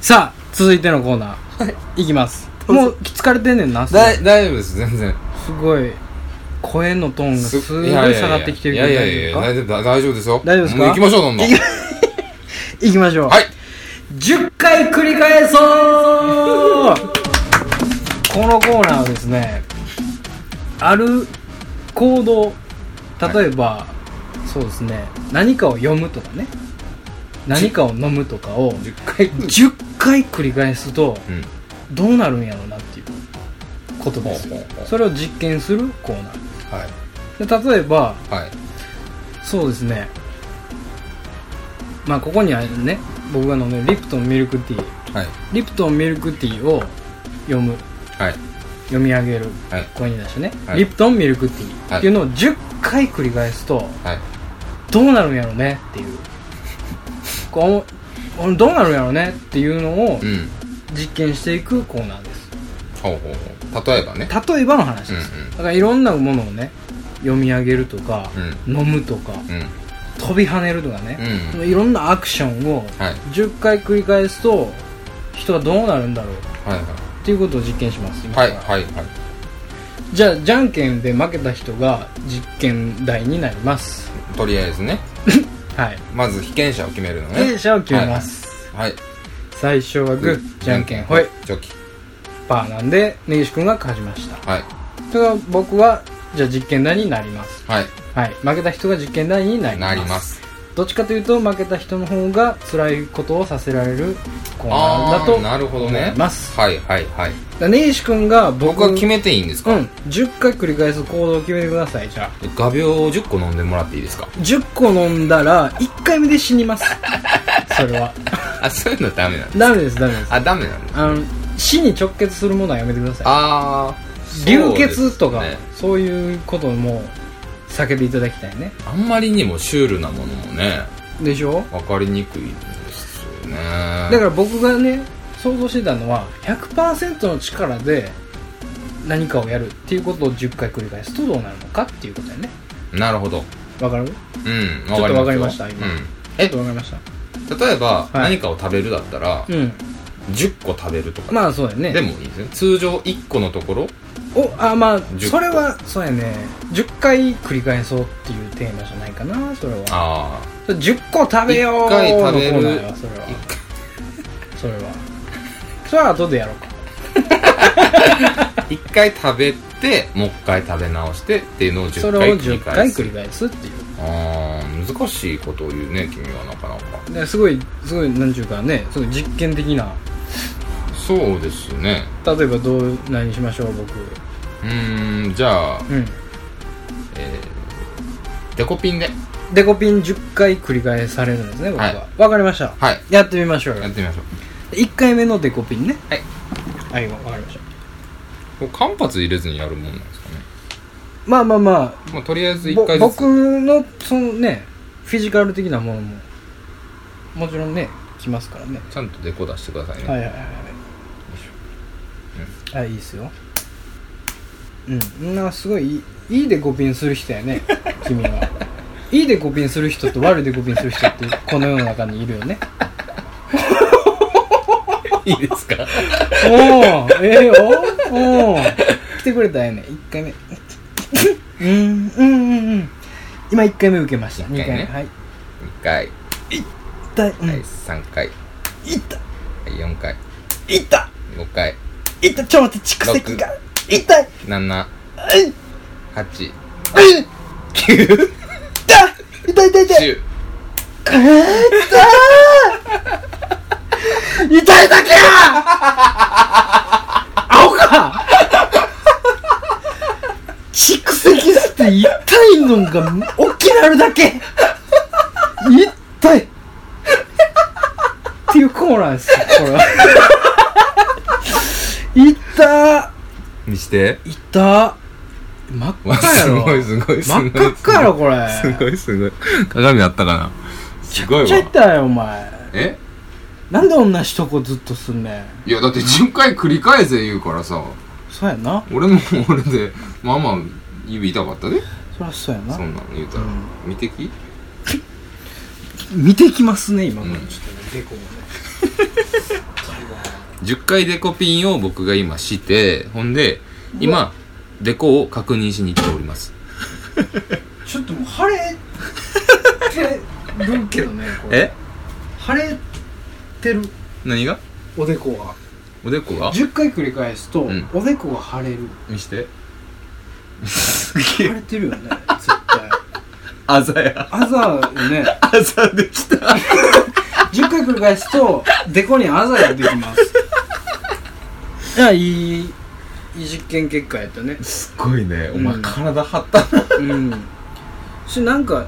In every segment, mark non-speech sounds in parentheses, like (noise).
さあ続いてのコーナー、い、きますもう疲れてんねんなすごいだ大丈夫です全然すごい声のトーンがすすごい下がってきてるいけどやいやいやいや大丈夫か大丈夫だ大丈夫ですよ大丈夫ですかもう行きましょうどんどんはい行きましょう、10回繰り返そうこのコーナーはですねある行動例えば、そうですね何かを読むとかね何かを飲むとかを10回10回繰り返すとうんどうなるんやろうなっていうことですよほうほうほうそれを実験するコーナはいーで例えばはいそうですねまあここにはね僕が飲んでるリプトンミルクティーはいリプトンミルクティーを読むはい読み上げるはい声に出してね、はいリプトンミルクティーっていうのを10回繰り返すとはいどうなるんやろうねっていうこうおどうなるんやろうねっていうのをうん実験していくコーナーですほうほうほう例えばね例えばの話です、うんうんだからいろんなものをね読み上げるとか、飲むとかうん飛び跳ねるとかね、うんいろんなアクションをはい10回繰り返すと人はどうなるんだろうはいっていうことを実験します今かはいらはいはいはいじゃあじゃんけんで負けた人が実験台になりますとりあえずねはいまず被験者を決めるのね被験者を決めます、はいはい最初はグーじゃんけんほいチョキパーなんで根岸君が勝ちましたはいそれから僕はじゃあ実験台になりますはいはい負けた人が実験台になりますなりますどっちかというと負けた人の方が辛いことをさせられるコーナーあだあとーなるほどね思いますはいはいはいだ根岸君が僕僕は決めていいんですうかん10回繰り返す行動を決めてくださいじゃあ画鋲を10個飲んでもらっていいですか10個飲んだら1回目で死にます (laughs) それはあそういうのダメなのダメですダメですあダメなのあの死に直結するものはやめてくださあいー流血とかそうですねそういうことも避けていただきたいねあんまりにもシュールなものもねでしょ分かりにくいんですよねだから僕がね想像してたのは100%の力で何かをやるっていうことを10回繰り返すとどうなるのかっていうことやねなるほどわかるうんょっとわかりましたわよ今うんえっとわかりました例えばい何かを食べるだったらうん10個食べるとかまあそうやねでもいいですね通常1個のところおあまあ個それはそうやね10回繰り返そうっていうテーマじゃないかなそれはあそれ10個食べよう一回食べるのコーナーやそれはそれはそれは後でやろうかあ1回 (laughs) 食べてもう1回食べ直してっていうのをそ10れ回を繰り10回返繰りす返すっていうあー難しいことを言うね君はなかなかですごいすごいなんちゅうかねすごい実験的なそうですね例えばどう何しましょう僕うーんじゃあうんデコピンでデコピン10回繰り返されるんですね僕は、はいわかりました、はいやってみましょうよやってみましょう1回目のデコピンねはいはいわかりましたこれ間髪入れずにやるもんなんですかね、まあまあまあまあ、とりあえず1ぼ回ずつ僕のそのねフィジカル的なものももちろんね来ますからねちゃんとデコ出してくださいね、はいはいはいはいはいいいっすようんなんかすごいいいいいデコピンする人や (laughs) ね君はいいデコピンする人と悪いデコピンする人ってこの世の中にいるよね (laughs) いいですかおおええよおお来てくれたらええね1回目うんうんうんうん今1回目受けました2回一回目、ねはい1回、痛い、うんはい、3回、は痛いい、4回痛い5回痛いちょっと待って蓄積が痛い7はい8はい9痛い痛い痛い10 (laughs) 痛いだけや (laughs) 青か (laughs) 蓄積して痛いのが起きなるだけ (laughs) 痛いっていうコーナーですよこれは (laughs) 痛にしてい痛い真っわ赤やすろごいすごいすご真いっ赤っかやろこれすごいすごい鏡あったかなすごめっいちゃわ痛いよお前えなんで同じとこずっとすんねんいやだって10回繰り返せ言うからさそうやな俺も俺でまあまあ指痛かったでそりゃそうやなそんなの言うたら、うん見てき見てきますね今うんちょっとねデコもね10回デコピンを僕が今して、ほんで、今、デコを確認しに来ております。ちょっともう晴れてるけどねこれえ腫れてる何がおでこがおでこが10回繰り返すと、うんおでこが腫れる見して。すげ腫え、れてるよね絶対あざや。あざよねあざできた。 10回繰り返すとデコにあざができますいやいいいい実験結果やったねすごいね。おう前ん体張ったな。うんしなんか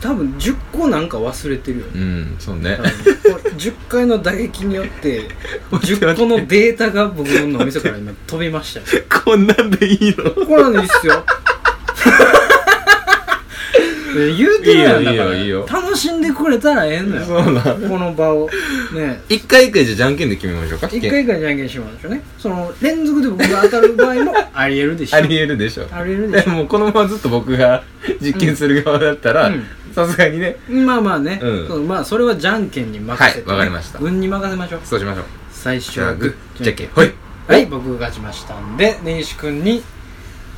多分10個なんか忘れてるよねうん、そうね多。分これ10回の打撃によ (laughs) って10個のデータが僕の脳みそから今飛びましたよこんなんでいいのこれなんでいいっす (laughs) よえ言うてるやんだからいいよいいよいいよ楽しんでくれたらええのよそうなん。この場をね一回一回じゃじゃんけんで決めましょうか。一回一回じゃんけんしましょうねその連続で僕が当たる場合も (laughs) ありえるでしょありえるでしょ。ありえるででしょもこのままずっと僕が実験する側だったらうん、さすがにね、まあまあね、うんそうまあそれはじゃんけんに任せて、ね、はいわかりました運に任せましょうそうしましょう。最初はグーじゃんけん、ほい。はい僕が勝ちましたんで根岸君に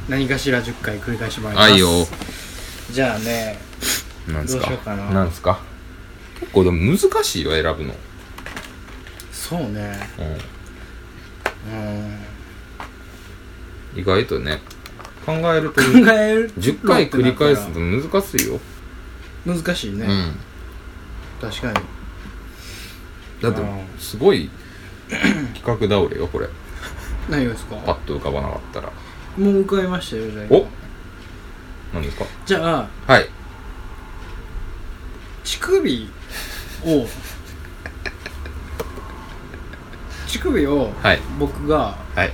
何かしら10回繰り返してもらいますはいよ。じゃあねなんすどうかしようかなんすか結構でも難しいよ、選ぶの。そうねううん。意外とね、考えると、ん考える10回繰り返すと難しいよ。難しいうね、ん。確かにだってうん、すごい (coughs) 企画倒れよ、これ。何がですパかッと浮かばなかったら。もう伺いましたよじゃあお何ですかじゃあはい。乳首を乳首をはい。僕がはい。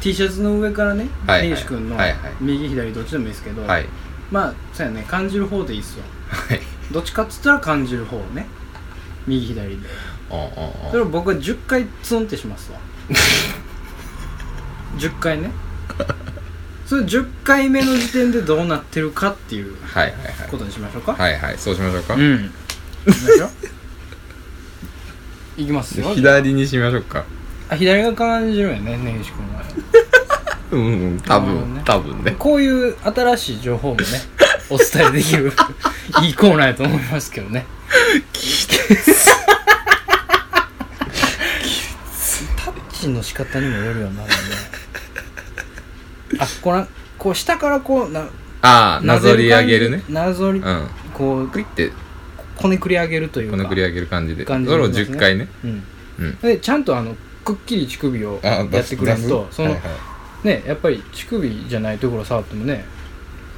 T シャツの上からねはい根岸君のはいはい右左どっちでもいいですけど、はい。まあそうやね感じる方でいいっすよはい。どっちかっつったら感じる方ね右左でうんそれを僕は10回ツンってし (laughs) ますわ10回ねそれ10回目の時点でどうなってるかっていうはいはいはい。ことにしましょうか、はいはい。そうしましょうかう。んいきます (laughs) よいきますよ左にしましょうか。あ左が感じるよね根岸君はうんうん。多なるほどね分、多分ね。こういう新しい情報も (laughs) ね、お伝えできるいいコーナーやと思いますけどね。タッチの仕方にもよるよな、でもねあ、この、こう下からこう、な、ああ、なぞり上げるね。なぞりう、ん。こう、クイって、こねくり上げるというこか。の繰り上げる感じで。そ感じれを10回ね。うん。うん。で、ちゃんとあの、くっきり乳首をや出っすてくれると、出すその、はいはいね、やっぱり乳首じゃないところ触ってもね、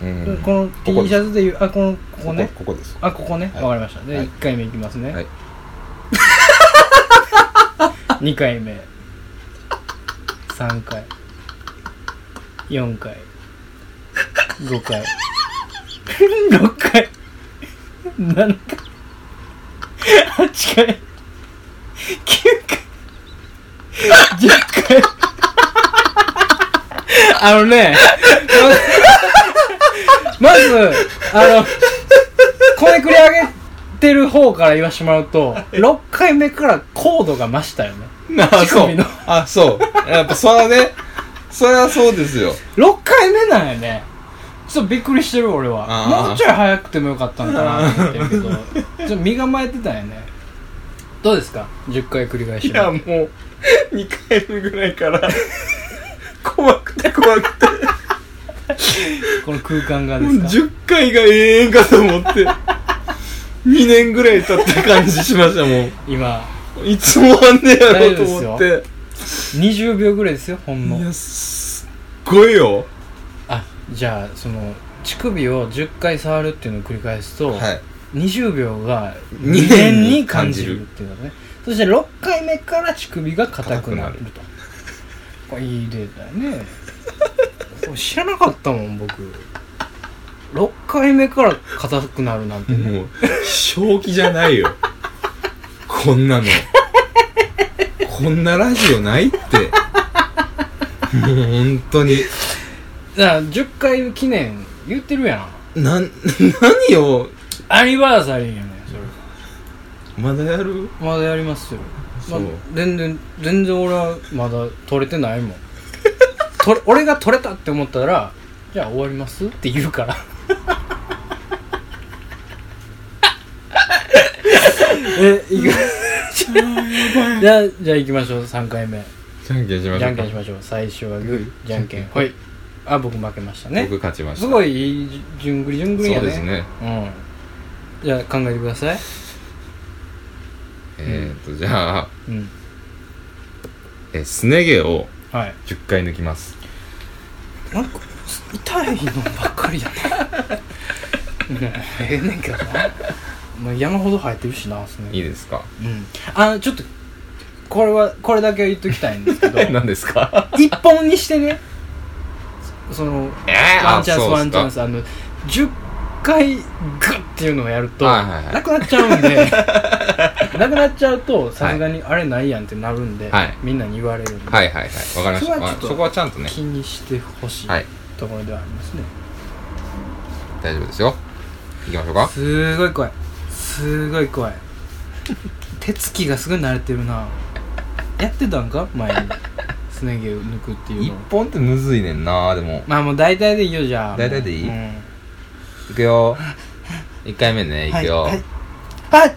うんうんこの T シャツでいう、あ、この、ここね。ここです。あここねわ、はいかりましたで、はい1回目いきますね、 (laughs) はい2回目3回4回5回6回7回8回9回10回あの (laughs) ねまずあのこねくり上げてる方から言わしてもらうと、6回目から高度が増したよね。あ、乳そ首うの。あ、そう。やっぱ、それはね、それはそうですよ。 6回目なんやね。ちょっとびっくりしてる俺あは。ーもうちょい早くてもよかったのかなと思って (laughs) るけど、ちょっと身構えてたんやね。どうですか ?10 回繰り返し (laughs) いや、もう、2回目ぐらいから、怖くて怖くて、この空間がもでうすか10回が永遠かと思って、2年ぐらい経った感じしました、も今、う。いつもあんねやろうと思大丈夫っでて。 20秒ぐらいですよ、ほんのい。や、すっごいよ。あ、じゃあ、その、乳首を10回触るっていうのを繰り返すと、はい。 20秒が2 2年年にに感感じじるるっていうのねそして6回目から乳首が硬くなると (laughs) これいいデータやねこれ知らなかったもん僕6回目から硬くなるなんてねもう、正気じゃないよ。こんなの。こんなラジオないって。もう本当に。だから10回記念言ってるやんなん、何を、アニバーサリーやねんそれまだやるまだやりますよまあそう、全然全然俺はまだ取れてない (laughs) もん取れ俺が取れたって思ったらじゃあ終わりますって言うから (laughs) え行くじゃあじゃあ行きましょう3回目じゃんけんしましじゃょうんかけんしましょう最初はグーじゃんけんほいあ僕負けましたね僕勝ちましたすごいいい順繰り順繰りやねそうですねうんじゃあ考えてくださいえー、とじゃあうんえすね毛をはい10回抜きますなんか痛いのばっかりやなもうええねんけどなもう山ほど生えてるしなすねいいですかうんあのちょっとこれはこれだけは言っときたいんですけど (laughs) 何です (laughs) か一本にしてねそのえー、ワンあチャンスそうワっンすチかャンスあの10回グッっていうのをやると、はいはいはいなくなっちゃうんで (laughs) なくなっちゃうとさすがにあれないやんってなるんで、はいみんなに言われるんで、はいはいはいわかりましそれはちょったとまあそこはちゃんとね気にしてほしいはいところではありますね、大丈夫ですよいきましょうかすごい怖いすごい怖い手つきがすごい慣れてるなやってたんか前にすね毛を抜くっていう一のを本ってむずいねんなでもまあもう大体でいいよじゃあ大体でいいうんいくよ1回目ねいくよ、はいはいはい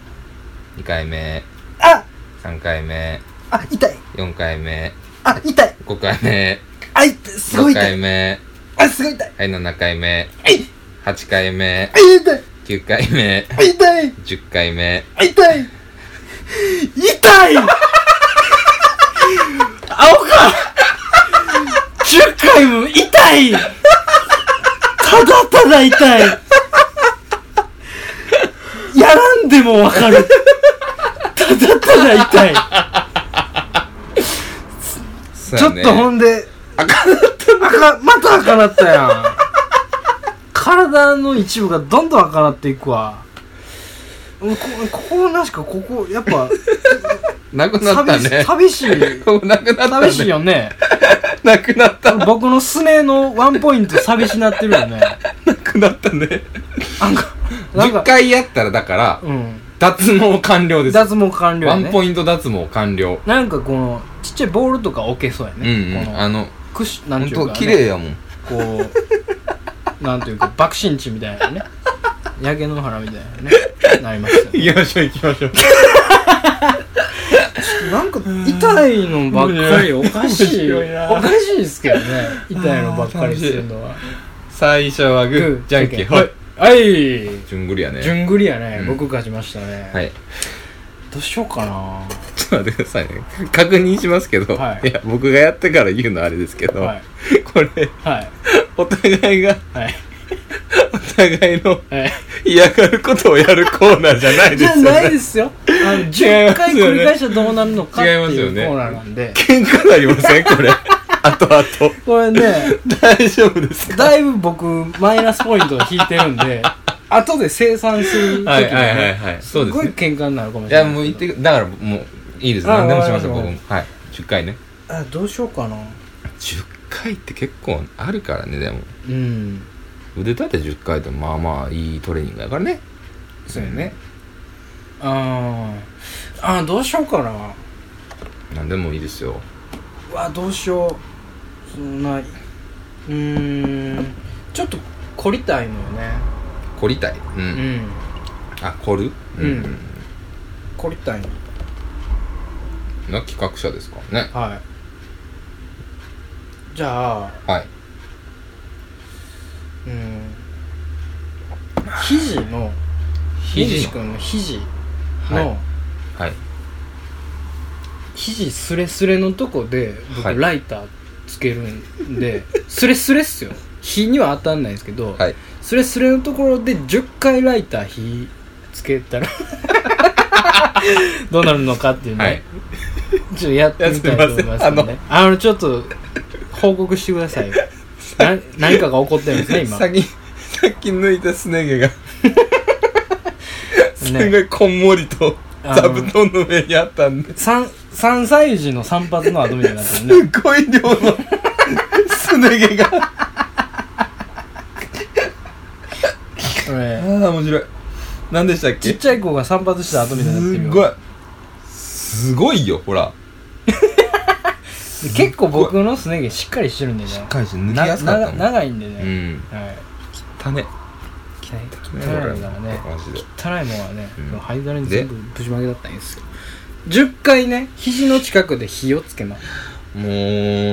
2回目あ3回目あ痛い4回目あ痛い5回目あ痛いすごい痛6回い目あすごい痛いはい7回目あ痛い8回目あ痛い9回目あ痛い10回目あ痛い痛い青か10回も痛いただただ痛いやらんでもわかるただただ痛い、ちちょっとほんで赤なったまた赤なったやん体の一部がどんどん赤なっていくわもうこ心なしかここやっぱなく (laughs) なったね寂し寂しいここなくなったね寂しいよねなくなったな僕のすねのワンポイント (laughs) 寂しなってるよねくなったねなんかなん10か回やったらだからうん脱毛完了です脱毛完了ワやンねポイント脱毛完了なんかこのちっちゃいボールとか置けそうやうんうね、んこあののクッシュなん本ていう当か、ね、綺麗や (laughs) もんこ (laughs) うなんていうか爆心地みたいなね焼け野原みたいなねなりましたね行きましょう行きましょうなんか痛いのばっかりおかしい面白いなおかしいですけどね痛いのばっかりするのは最初はグーじゃんけんほいはいじゅんぐりやね順繰りやね、うん僕勝ちましたね、はいどうしようかなちょっと待ってくださいね確認しますけど、はいいや僕がやってから言うのはあれですけど、はいこれはいお互いがはいお互いのはい嫌がることをやるコーナーじゃないじ (laughs) でゃすよないねですよあのすよね10回繰り返したらどうなるのかって違いますいようコねーナーなんで喧嘩なりませ (laughs) んこれあとあとこ (laughs) れね大丈夫ですかだいぶ僕マイナスポイントを引いてるん (laughs) で後で清算する時に、ねはいはいはいはいすっそうでごいすね喧嘩になるかもしいれやないもう言っけてどくだからもういいですあ何でもしましょうわか僕りもまはい10回ねあどうしようかな10回って結構あるからねでもうん腕立て10回ってまあまあいいトレーニングだからねそうよねあーあーどうしようかな何でもいいですようわどうしようそんなうーんちょっと凝りたいのよね凝りたいううん、んあ凝るうん凝りたいのな企画者ですからねはいじゃあはい (sighs) うん肘の肘肘の君の肘の、はいはい肘スレスレのとこでは僕いライターつけるんで、 (laughs) スレスレっすよ火には当たんないんですけど、はいスレスレのところで10回ライター火つけたら (laughs) どうなるのかっていうね、はいちょっとやってみたいと思いますんで、いやすいませね、あのちょっと報告してくださ (laughs) いよな何かが起こってるんですね今先先抜いたすね毛がすねごいこんもりとあの座布団の上にあったんで三三歳児の散髪の後みたいになってる (laughs) ねすごい量のすね毛がこああれ面白い何でしたっちっけちゃい子が散髪した後みたいになってするよごいすごいよほら結構僕のすね毛しっかりしてるんでねしっかりして抜きやすかったもんな長いんでうね、んはい汚ね汚い汚汚ねいからねマジで汚いもんはね、うん灰皿に全部ぶちまけだったんですよ10回ね肘の近くで火をつけますもう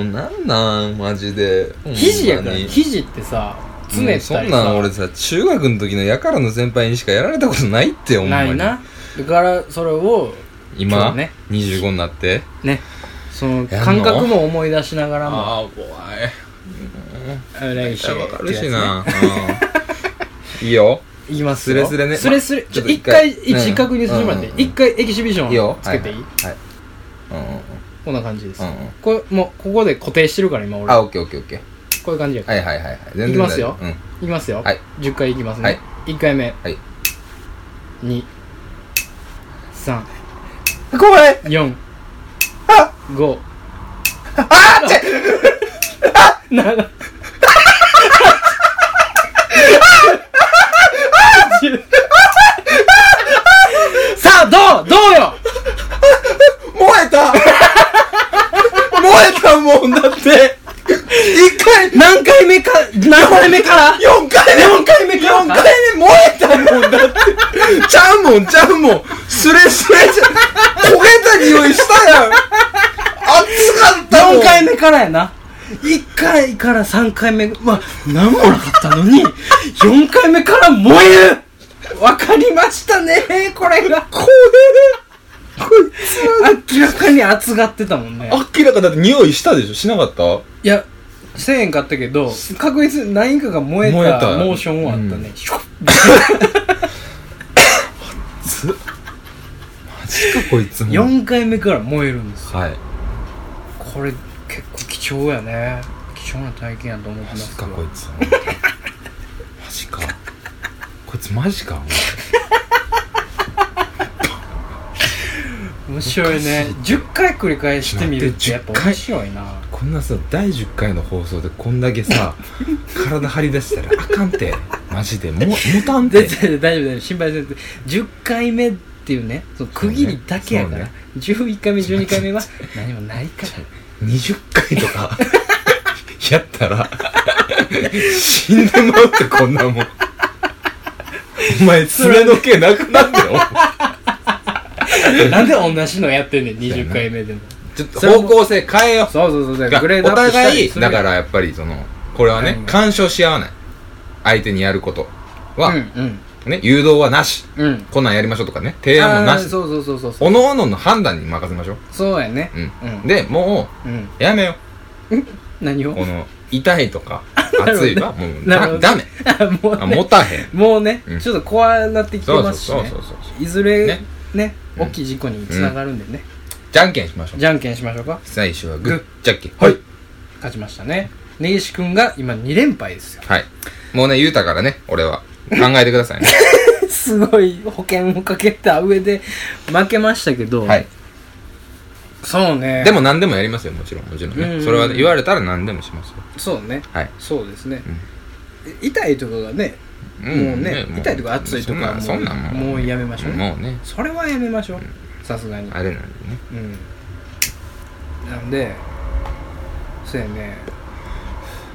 なんなんマジで肘やからほんまに肘ってさつねったそんりなさ、ん俺さ中学の時のやからの先輩にしかやられたことないって思うないなだからそれをそ今、うね25になってねそのやんの感覚も思い出しながらもあ怖い来週わかるしな、 (laughs) うんいいよいきますスレスレねスレスレまちょちょっと一一回回一確認してもらってうんうんうん一回エキシビシいいョよンつけていいはい、はいこんな感じですうんうんうんうんこれもうここで固定してるから今俺あオッケーオッケーオッケーこういう感じやかはらいはいはいはい全然いきますよ大丈いきますよはい10回いきますはねい1回目はい2345夫うん怖いあちぇ7さあどうどうよ燃えた (laughs) 燃えたもんだって一回何回目か何回目から四回目四回目か四回目燃えたもんだってちゃうもんちゃうもんスレスレじゃ焦げた匂いしたやん熱かったもん4回目からやな1回から3回目まあ何もなかったのに4回目から燃えるわかりましたねこれがこれこいつ明らかに熱がってたもんね明らかだって匂いしたでしょしなかったいやせえへんかったけど確実に何かが燃え燃えたたモーションはあったね、うひょっつマジかこいつも4回目から燃えるんですよはいこれ結構貴重やね貴重な体験やと思ってまマジすかよこいつマジかこいつマジか面白いね10回繰り返してみるってやっぱ面白いなこんなさ第10回の放送でこんだけさ体張り出したらあかんてマジでももたん全て然大丈夫大丈夫心配せんと10回目っていうねその区切りだけやから、そうね11回目12回目は何もないから20回とか (laughs) やったら死んでまうってこんなもんお前爪の毛なくなってよなんで同じのやってん (laughs) ねん20回目でもちょっと方向性変えよそうそうそうがそうグレードおアップした互りいするやだんからやっぱりそのこれはうねん干渉し合わない相手にやることは、うんね誘導はなしうんうんこんなんやりましょうとかね提案もなあーしそうそうそうそうそうおのおのの判断に任せましょうそうやねうん、うんでもうんうやめよ何をこの痛い (laughs) とかるほど熱いはもうなるほだどダメ (laughs) あもあう持ねたへんもうねうんちょっと怖なってきてそうそまうすしそうねそうそういずれねねうん大きい事故につながるんでねじゃんけんしましょうじゃんけんしましょうか最初はググーじゃんけんはい勝ちましたね根岸君が今2連敗ですよはいもうね言うたからね俺は考えてくだ (laughs) さいねすごい保険をかけた上で負けましたけど、はいそうねでも何でもやりますよもちろんもちろんうんねそれは言われたら何でもしますよそうねはいそうですね、痛いとかがねんもうね痛いとか熱いとかはもうそんなんそんなんももうやめましょうもうねそれはやめましょうさすがにあれなんでねうんなんでそうやね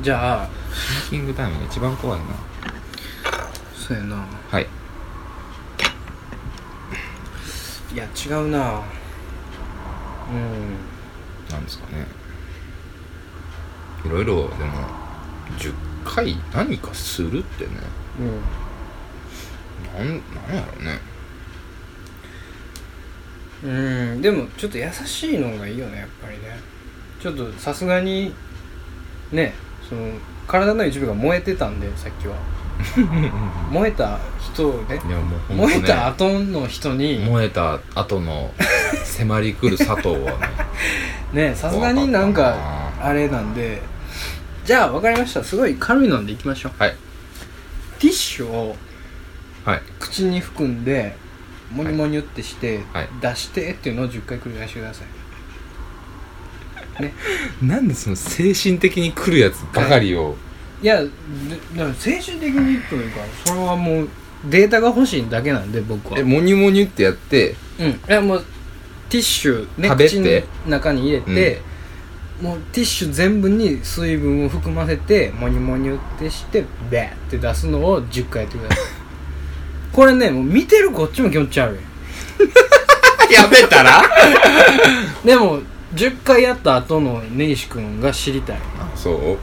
じゃあシンキングタイムが一番怖いなそうやなはいいや違うなうんなんですかねいろいろでも10回何かするってねうんなんなんやろうねうんでもちょっと優しいのがいいよねやっぱりねちょっとさすがにねその体の一部が燃えてたんでさっきは燃えた人をねいやもうほんとね燃えた後の人に燃えた後の迫り来る佐藤はねねさすがになん怖かかったあれなんでじゃあ分かりましたすごい軽いのでいきましょうはいティッシュをはい口に含んでモニモニュってして、はい出してっていうのを10回繰り返してくださいなんでその精神的に来るやつばかりをいやでだから精神的にというかそれはもうデータが欲しいだけなんで僕はえモニュモニュってやってうんいやもうティッシュね食べて口の中に入れて、もうティッシュ全部に水分を含ませてモニュモニュってしてベーって出すのを10回やってください (laughs) これねもう見てるこっちも気持ち悪いやめたらでも10回やった後の根岸君が知りたいそうなんか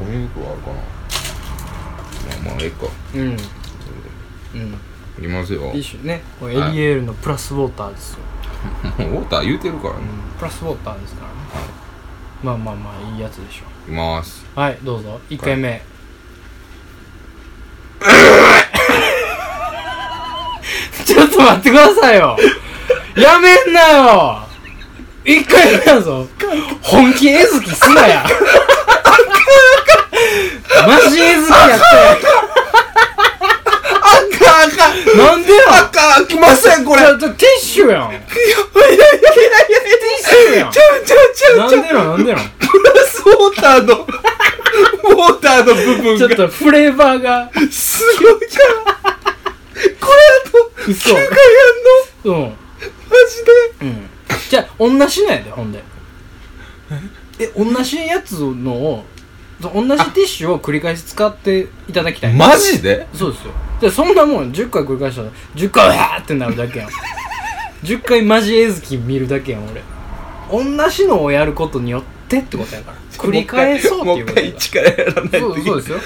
ゴミ袋あるかなまあまあええかうんそれでうんいきますよもうティッシュねこれエリエールのプラスウォーターですよ、ウォーター言うてるからねうん、プラスウォーターですからね、まあまあまあいいやつでしょいきますうはいどうぞ1回目、 (laughs) ちょっと待ってくださいよやめんなよ1回目やぞ本気えずきすなやマジえずきやったよあかんあかんなんでやかんきませんこちょっとティッシュやんテいやいやいやいやいやィッシュやんちゃうちゃうちゃなうんちでゃうなんなんでなんプラスウォーターのウォーターの部分ちょがっとフレーバーが、すごいからこれあと嘘9回やんのうん。うん。マジでじゃあ、同じなんやで、ほんで。え、同じやつのを、同じティッシュを繰り返し使っていただきたい。マジでそうですよ。じゃあ、そんなもん10回繰り返したら、10回うわーってなるだ (laughs) けやん。10回マジ絵月見るだけやん、俺。同じのをやることによってってことやから。 (laughs) 繰り返そうっていうもうこ一と回やか一からやらないら。とそいうけそうなでいすよ。う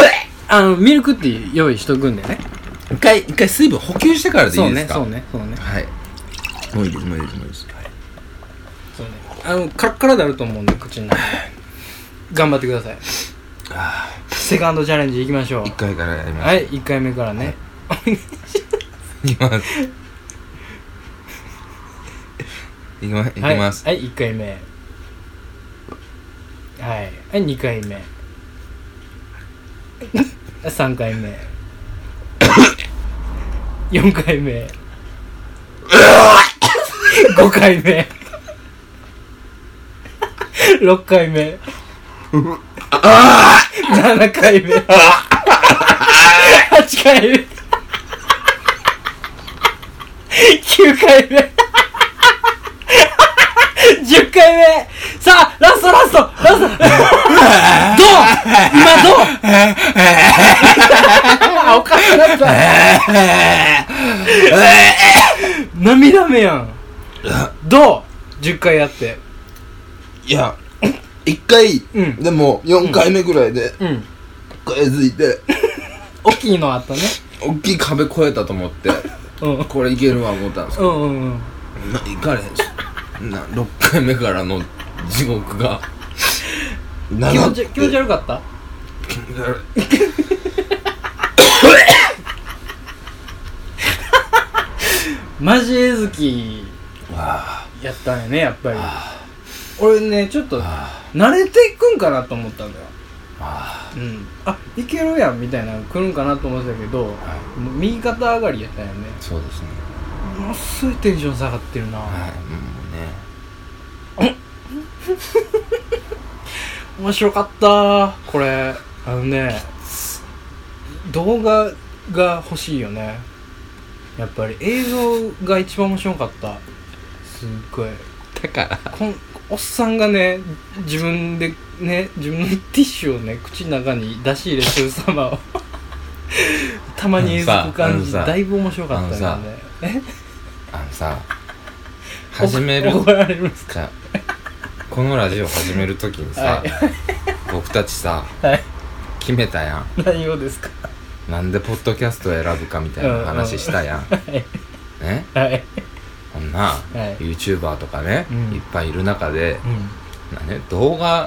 えあの、ミルクティー用意しとくんでね。一回一回水分補給してからでいそういでね、すかそうね、そうね。はいもういいですもういいですもういいですそうねあのカラッカラであると思うんで口の中頑張ってくださいあセカンドチャレンジいきましょー一う回からやりますはい1回目からね、いきます。いきます。いきはい、ます。はい1回目はいはい2回目 (laughs) 3回目 (coughs) 4回目 (coughs) 5回目 (laughs) 6回目 (laughs) 7回 (laughs) 目8回目 (laughs) 9回目10回目さあラストラストラストどう今どうあおかしくなった涙目やんどう10回やっていや、一回、うんでも4回目ぐらいで、うんこれづいて、大きいのあったね大きい壁越えたと思って、うんこれいけるわ思ったんですけうんうんうんど、ないかれへんし。な、6回目からの地獄が、 (laughs) 気長持くち気持ち悪かった気持ち悪マジ絵好きいわあやったんやねやっぱり俺ねちょっと慣れていくんかなと思ったんだよあうんあいけるやんみたいなの来るんかなと思ってたけど、もう右肩上がりやったよねそうですね。ものすごいテンション下がってるな、はい、もうね。面白かったーこれあのね動画が欲しいよねやっぱり映像が一番面白かったすっごいだから、こんおっさんがね自分でね自分のテ (laughs) ィッシュをね口の中に出し入れする様を (laughs) たまに映像感じあのさだいぶ面白かったよあのねさえあのさ、始 (laughs) める怒られるんですじゃあこのラジオ始めるときにさ、は僕たちさはい決めたや内容ですかんなんでポッドキャストを選ぶかみたいな話したやん、はいねはいこんな、はい YouTuber とかね、うんいっぱいいる中で、うまあね、動画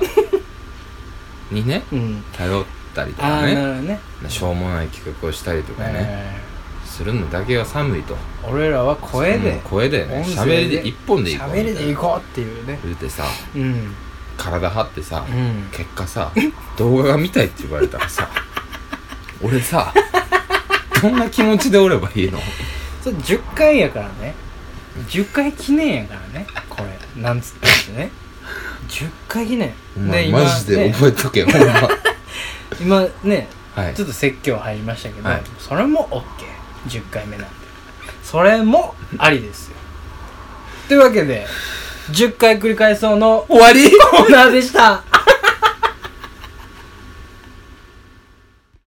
にねんうん頼ったりとあかあなねるほどねしょうもない企画をしたりとかね、えするのだけが寒いとー俺らは声うんで声でね音声喋りで一本でいこう喋りでい行こうっていうね言うてさうん体張ってさ、うん結果さ動画が見たいって言われたらさ俺さどんな気持ちでおればいいのそれ10回やからね10回記念やからねこれなんつったってね10回記念お前今マジでね覚えとけ、ほんま今ねはいちょっと説教入りましたけど、はいそれも OK10 回目なんでそれもありですよというわけで10回繰り返そうの終わりコーナーでした